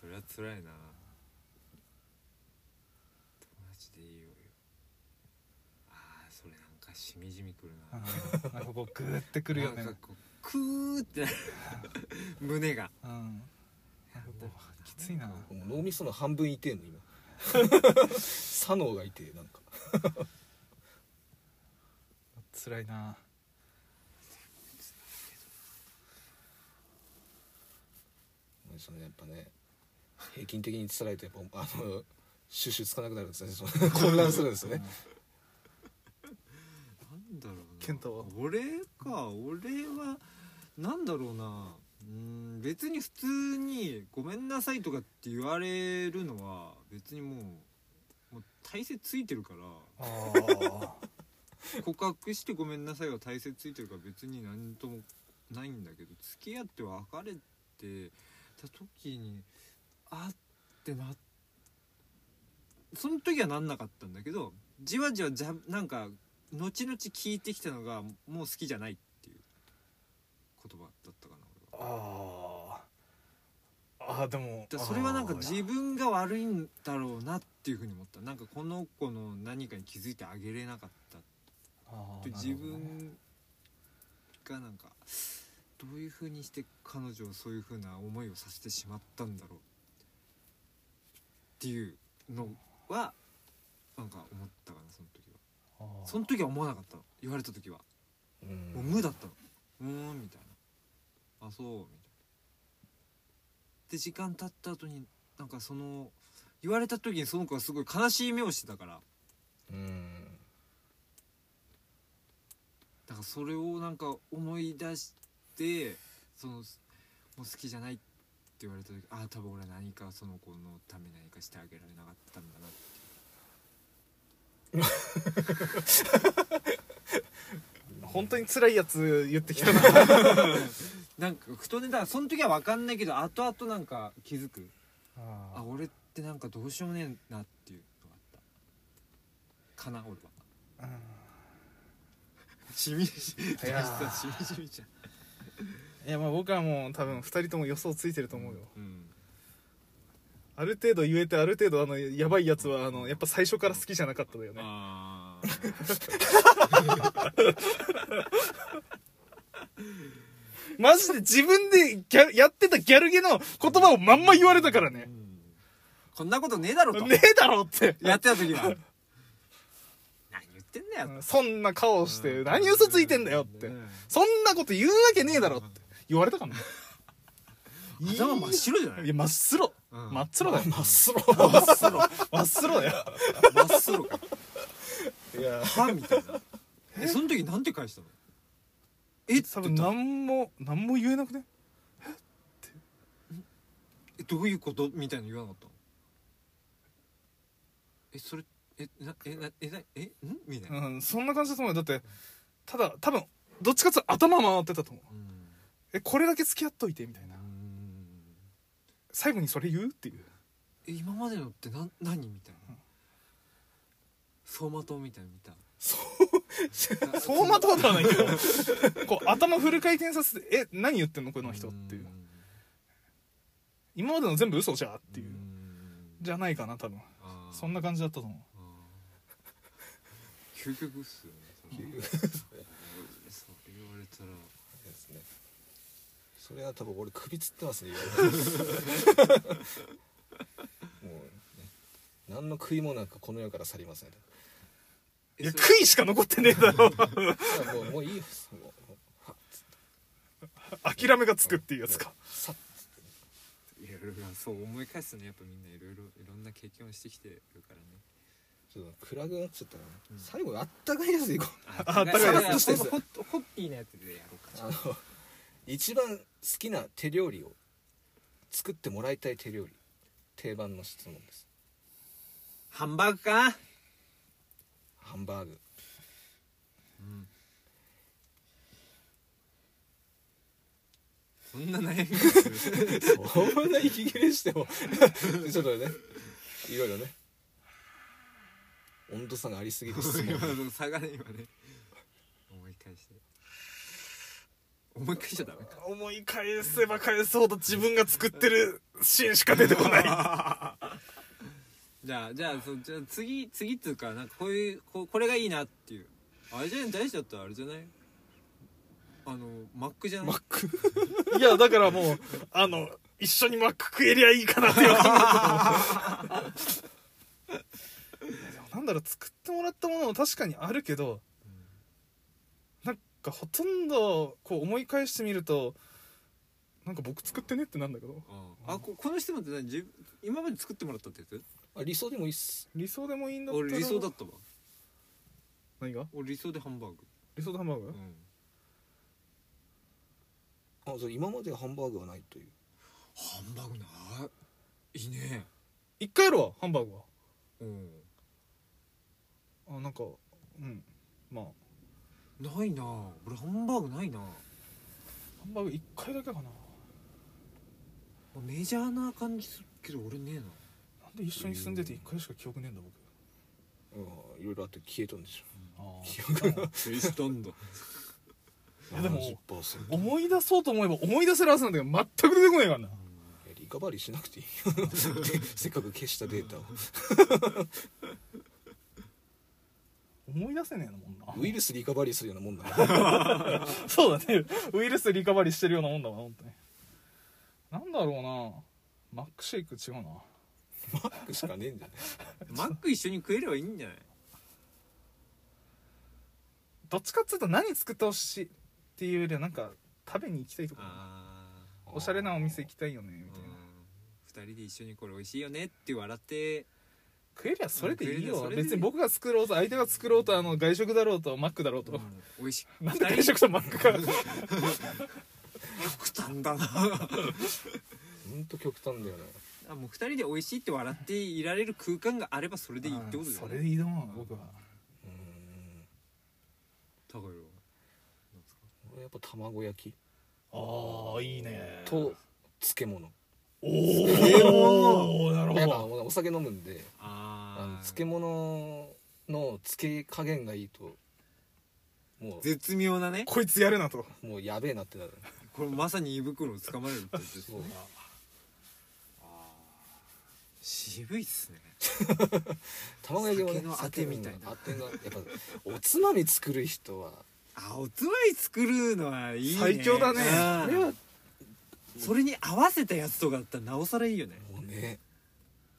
Speaker 2: それは辛いな友達でいいよあーそれなんかしみじみくるな
Speaker 1: うんなんかこうグーってくるよね
Speaker 2: なんかこうクーって なる胸が
Speaker 1: うんなんかこうきついな
Speaker 3: もう脳みその半分いてんの今 左脳がいてなんか
Speaker 1: 辛いな
Speaker 3: そのやっぱね平均的に辛いとやっぱあの収集つかなくなるんですねその混乱するんですよね
Speaker 2: なんだろうな
Speaker 1: 健太は
Speaker 2: 俺か俺はなんだろうなうーん別に普通に「ごめんなさい」とかって言われるのは別にもうもう体勢ついてるから
Speaker 1: あー
Speaker 2: 告白して「ごめんなさい」は体勢ついてるから別に何ともないんだけど付き合って別れてた時にあってなその時はなんなかったんだけどじわじわじゃなんか後々聞いてきたのがもう好きじゃないっていう言葉だったかな俺は
Speaker 1: あーあーでも
Speaker 2: だからそれはなんか自分が悪いんだろうなっていうふうに思ったなんかこの子の何かに気づいてあげれなかった
Speaker 1: あー
Speaker 2: 自
Speaker 1: なるほどね
Speaker 2: 分がなんかどういうふうにして彼女をそういうふうな思いをさせてしまったんだろうっていうのはなんか思ったかなその時は
Speaker 1: あー
Speaker 2: その時は思わなかったの言われた時は
Speaker 3: う
Speaker 2: もうん無だったのうーんみたいなあそうみたいなで時間経った後になんかその言われた時にその子がすごい悲しい目をしてたから
Speaker 3: うん
Speaker 2: だからそれをなんか思い出してそのもう好きじゃないって言 われた時ああ多分俺何かその子のために何かしてあげられなかったんだなって
Speaker 1: 本当に辛いやつ言ってきた な
Speaker 2: なんかふとねだからその時は分かんないけど後々なんか気づくあ
Speaker 1: あ
Speaker 2: 俺ってなんかどうしようもねえなっていうのがあったかな俺は
Speaker 1: ー
Speaker 2: しみし
Speaker 1: いやー
Speaker 2: 大志 さんしみじみじゃん
Speaker 1: いやまあ僕はもう多分2人とも予想ついてると思うよ、
Speaker 2: うん
Speaker 1: ある程度言えてある程度あのやばいやつはあのやっぱ最初から好きじゃなかっただよね
Speaker 2: あー
Speaker 1: マジで自分でギャルやってたギャルゲの言葉をまんま言われたからね
Speaker 2: う。んこんなことねえだろと
Speaker 1: ねえだろって。
Speaker 2: やってた時は何言ってんだよ
Speaker 1: そんな顔して、何嘘ついてんだよって
Speaker 2: ね。
Speaker 1: そんなこと言うわけねえだろって言われたからね。
Speaker 2: え頭真っ白じゃない
Speaker 1: いや、真っ白。
Speaker 2: うん
Speaker 1: 真っ白だよ。真っ白。真っ白だよ。
Speaker 2: 真っ白か
Speaker 1: いや、
Speaker 2: パンみたいなえその時なんて返したのえ
Speaker 1: 多
Speaker 2: 多
Speaker 1: 分
Speaker 2: 分な
Speaker 1: 何も、何も言えなくね
Speaker 2: えどういうことみたいなの言わなかったのえそれえなえなえなえんみたいな、
Speaker 1: うん、そんな感じだと思うよ。だって、ただ、多分、どっちかっていうと頭回ってたと思う。
Speaker 2: うん
Speaker 1: え、これだけ付き合っといて、みたいな
Speaker 2: う。ん
Speaker 1: 最後にそれ言うっていう。
Speaker 2: え今までのってな何みたいな走馬灯みたいなの見たそう
Speaker 1: そうまとはないけど こう頭フル回転させて「え何言ってんのこの人」っていう今までの全部嘘じゃんっていうじゃないかな多分そんな感じだったと思
Speaker 2: あー究極っすよねそれそう言われたら
Speaker 3: ですねそれは多分俺首つってますね今もうね何の悔いもなくこの世から去りますね
Speaker 1: う
Speaker 2: え
Speaker 1: いや
Speaker 2: それ
Speaker 1: 悔いしか残ってねえだろ
Speaker 3: だからもうもういいよもうもうはっつって
Speaker 1: 諦めがつくっていうやつか
Speaker 3: さっつってね
Speaker 2: いろいろそう思い返すねやっぱみんないろいろいろんな経験をしてきてるからね
Speaker 3: ちょっと暗くなっちゃったな、
Speaker 2: うん
Speaker 3: 最後あったかいやつでいこう
Speaker 1: あったかい
Speaker 2: それ
Speaker 1: やつ
Speaker 2: は
Speaker 3: として
Speaker 2: ホットホッピーなやつでやろうか
Speaker 3: あの一番好きな手料理を作ってもらいたい手料理定番の質問です
Speaker 2: ハンバーグか
Speaker 3: ハンバーグ
Speaker 2: うんそんな悩み
Speaker 3: そんな息切れしても ちょっとねいろいろね温度差がありすぎる質問
Speaker 2: 今の下がれ今ね思い返して思い返しちゃダメか
Speaker 1: 思い返せば返すほど自分が作ってるシーンしか出てこ ない
Speaker 2: じゃあじゃあそうじゃあ次次っていうかなんかこういうここれがいいなっていうあれじゃない大事だったらあれじゃないあのマックじゃない
Speaker 1: マックいやだからもうあの一緒にマック食えりゃいいかなっていう考えたでもなんだろう作ってもらったものも確かにあるけどなんかほとんどこう思い返してみるとなんか僕作ってねってなんだけど
Speaker 2: あここの質問って何自分今まで作ってもらったってやつ
Speaker 3: あ理想でもいいっす
Speaker 1: 理想でもいいんだったら
Speaker 2: 俺理想だったわ
Speaker 1: 何が
Speaker 2: 俺理想でハンバーグ、
Speaker 1: 理想のハンバーグ、
Speaker 2: うん、
Speaker 3: あそう今までハンバーグはないという
Speaker 2: ハンバーグないいいね
Speaker 1: 一回やろうハンバーグは
Speaker 2: うん
Speaker 1: あなんかうんまあ
Speaker 2: ないな俺ハンバーグないな
Speaker 1: ハンバーグ一回だけかな
Speaker 2: メジャーな感じするけど俺ねえ な
Speaker 1: なんで一緒に住んでて一回しか記憶ねえんだ僕
Speaker 3: うんいろいろあって消えたんでしょ
Speaker 1: あー
Speaker 2: ツイストンド
Speaker 1: いやでも
Speaker 3: 70%い
Speaker 1: 思い出そうと思えば思い出せるはずなんだけど全く出てこないからな
Speaker 3: やリカバリーしなくていい よせっかく消したデータを
Speaker 1: 思い出せねえのもんな
Speaker 3: ウイルスリカバリーするようなもんだな
Speaker 1: そうだねウイルスリカバリーしてるようなもんだわ本当になんだろうなマックシェイク違うな
Speaker 3: マックしかねえんじゃね
Speaker 2: マック一緒に食えればいいんじゃない
Speaker 1: どっちかっつうと何作ってほしいっていうよりはなんか食べに行きたいとか
Speaker 2: あ
Speaker 1: おしゃれなお店行きたいよねみたいな
Speaker 2: 2人で一緒にこれ美味しいよねって笑って
Speaker 1: 食えりゃそれでいい
Speaker 2: うん食
Speaker 1: よ
Speaker 2: えりゃそれでいい
Speaker 1: 別に僕が作ろうと相手が作ろうとあの外食だろうとマックだろうと、
Speaker 2: 美味しい
Speaker 1: なんで外食とマックか
Speaker 2: 極端だな
Speaker 3: ほんと極端だよね
Speaker 2: あもう二人で美味しいって笑っていられる空間があればそれでいいってことだ
Speaker 1: そ
Speaker 2: よ
Speaker 1: れ
Speaker 2: ね
Speaker 1: でいいと思う僕は
Speaker 3: うーん
Speaker 2: 高いよ
Speaker 3: 俺やっぱ卵焼き
Speaker 1: ああいいね
Speaker 3: と漬物
Speaker 1: お
Speaker 3: お
Speaker 1: おなる
Speaker 3: やっぱお酒飲むんであの
Speaker 2: ああ
Speaker 3: 漬物の漬け加減がいいとも
Speaker 2: 絶妙なね
Speaker 1: こいつやるなと
Speaker 3: うもうやべえなってなる
Speaker 2: これまさに胃袋をつかまれるってやつです
Speaker 3: そう
Speaker 2: ね渋いっすね
Speaker 3: 卵焼きもね
Speaker 2: 酒のあてみたいな
Speaker 3: 酒のあてがやっぱおつまみ作る人は
Speaker 2: あおつまみ作るのはいいね
Speaker 1: 最強だね
Speaker 3: それは
Speaker 2: ねそれに合わせたやつとかだったらなおさらいいよね
Speaker 3: もうね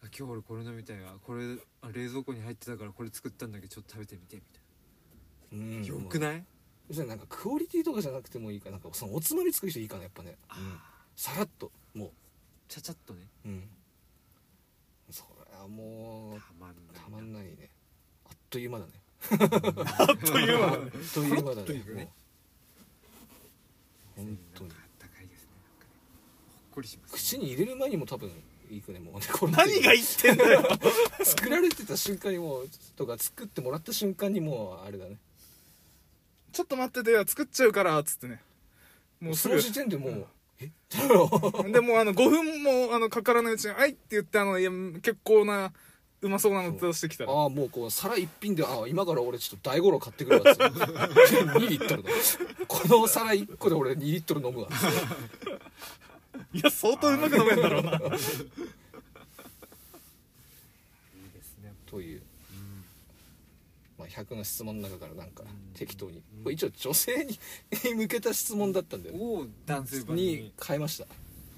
Speaker 2: あ今日俺これ飲みたいわこれあ冷蔵庫に入ってたからこれ作ったんだけどちょっと食べてみてみ
Speaker 3: うん
Speaker 2: たいなよくない
Speaker 3: 別になんかクオリティとかじゃなくてもいいかなんかそのおつまみ作る人いいかなやっぱね、うんさらっとも
Speaker 2: ちゃちゃっとね
Speaker 3: ううんそれはも
Speaker 2: た
Speaker 3: う
Speaker 2: まんない
Speaker 3: たまんないねあっという間だね
Speaker 1: あっという間だね
Speaker 3: あっという間だ
Speaker 2: とい
Speaker 3: ね
Speaker 2: う
Speaker 3: もう
Speaker 2: ね
Speaker 3: 本当に
Speaker 2: なんかあったかいですねなんかねほっこりしますね
Speaker 3: 口に入れる前にも多分いいくねもうねこの
Speaker 1: 何が言ってんだよ
Speaker 3: 作られてた瞬間にもうとか作ってもらった瞬間にもうあれだね
Speaker 1: ちょっと待ってて作っちゃうからっつってねもうす
Speaker 3: そ
Speaker 1: ぐ
Speaker 3: の時点でもう、えだろ
Speaker 1: でもうあの5分もあのかからないうちに「あい」って言ってあのいや結構なうまそうなの出してきたら
Speaker 3: ああもうこう皿一品でああ今から俺ちょっと大五郎買ってくるわっつって 2リットルだこの皿1個で俺2リットル飲むわっつって
Speaker 1: いや相当うまく飲めんだろうな
Speaker 2: いいですね
Speaker 3: という、まあ、100の質問の中からなんか
Speaker 2: ん
Speaker 3: 適当に
Speaker 2: うん
Speaker 3: これ一応女性に に向けた質問だったんだよね
Speaker 2: おお男性版
Speaker 3: に
Speaker 2: に
Speaker 3: 変えました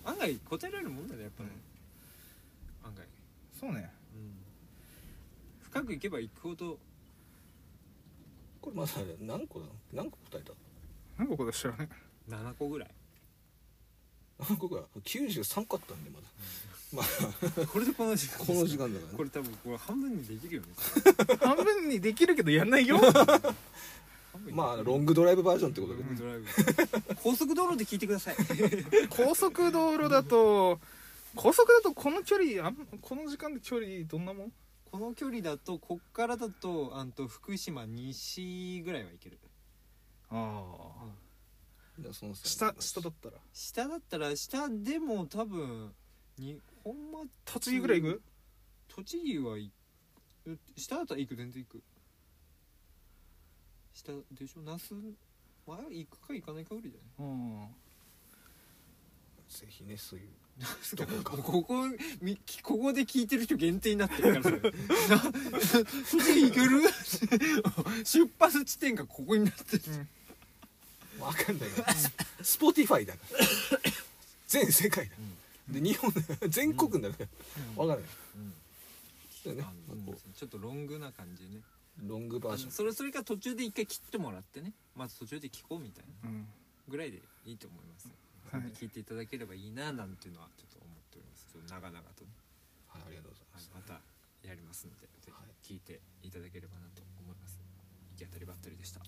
Speaker 2: 案外答えられるもんだねやっぱね案外
Speaker 1: そうね
Speaker 2: うん深くいけばいくほど
Speaker 3: これまだ何個だ何個答えた
Speaker 1: 何ここで知らね
Speaker 2: 7個ぐらい
Speaker 3: 何個か93個あったんでまだまあ
Speaker 2: これでこの時間
Speaker 3: この時間だから
Speaker 2: こ
Speaker 3: ね
Speaker 2: れ多分これ半分にできるよね
Speaker 1: 半分にできるけどやんないよ
Speaker 2: 半分に
Speaker 3: まあロングドライブバージョンってこと
Speaker 2: ロ
Speaker 3: で
Speaker 2: ングドライブ高速道路で聞いてください
Speaker 1: 高速道路だと高速だとこの距離あんこの時間で距離どんなもん
Speaker 2: この距離だとこっからだとあんと福島西ぐらいはいける
Speaker 1: あ
Speaker 3: じゃあその
Speaker 1: 下下だったら
Speaker 2: 下だったら下でも多分日本ま
Speaker 1: 栃木ぐらい行く
Speaker 2: 栃木はい下だったら行く全然行く下でしょ那須前は行くか行かないかぐらいじゃない
Speaker 1: うん
Speaker 3: ぜひねそういう
Speaker 2: もうここみここで聞いてる人限定にな ってるからそれな栃木行ける 出発地点がここになってる
Speaker 3: わかんないな スポティファイだから全世界だ、で日本全国だからわかんないだよね
Speaker 2: あの
Speaker 3: まあこ
Speaker 2: ちょっとロングな感じでね
Speaker 3: うロングバー
Speaker 2: あ
Speaker 3: ジョ
Speaker 2: の
Speaker 3: ン
Speaker 2: それそれか途中で一回切ってもらってねまず途中で聞こうみたいな
Speaker 1: うん
Speaker 2: ぐらいでいいと思います、
Speaker 1: はい
Speaker 2: 聞いていただければいいななんていうのはちょっと思っておりますちょっと長々とね
Speaker 3: はいありがとうござい
Speaker 2: あ
Speaker 3: ま
Speaker 2: の
Speaker 3: す
Speaker 2: またやりますのでぜ
Speaker 3: はい
Speaker 2: ひ聞いていただければなと思います行き当たりばったりでした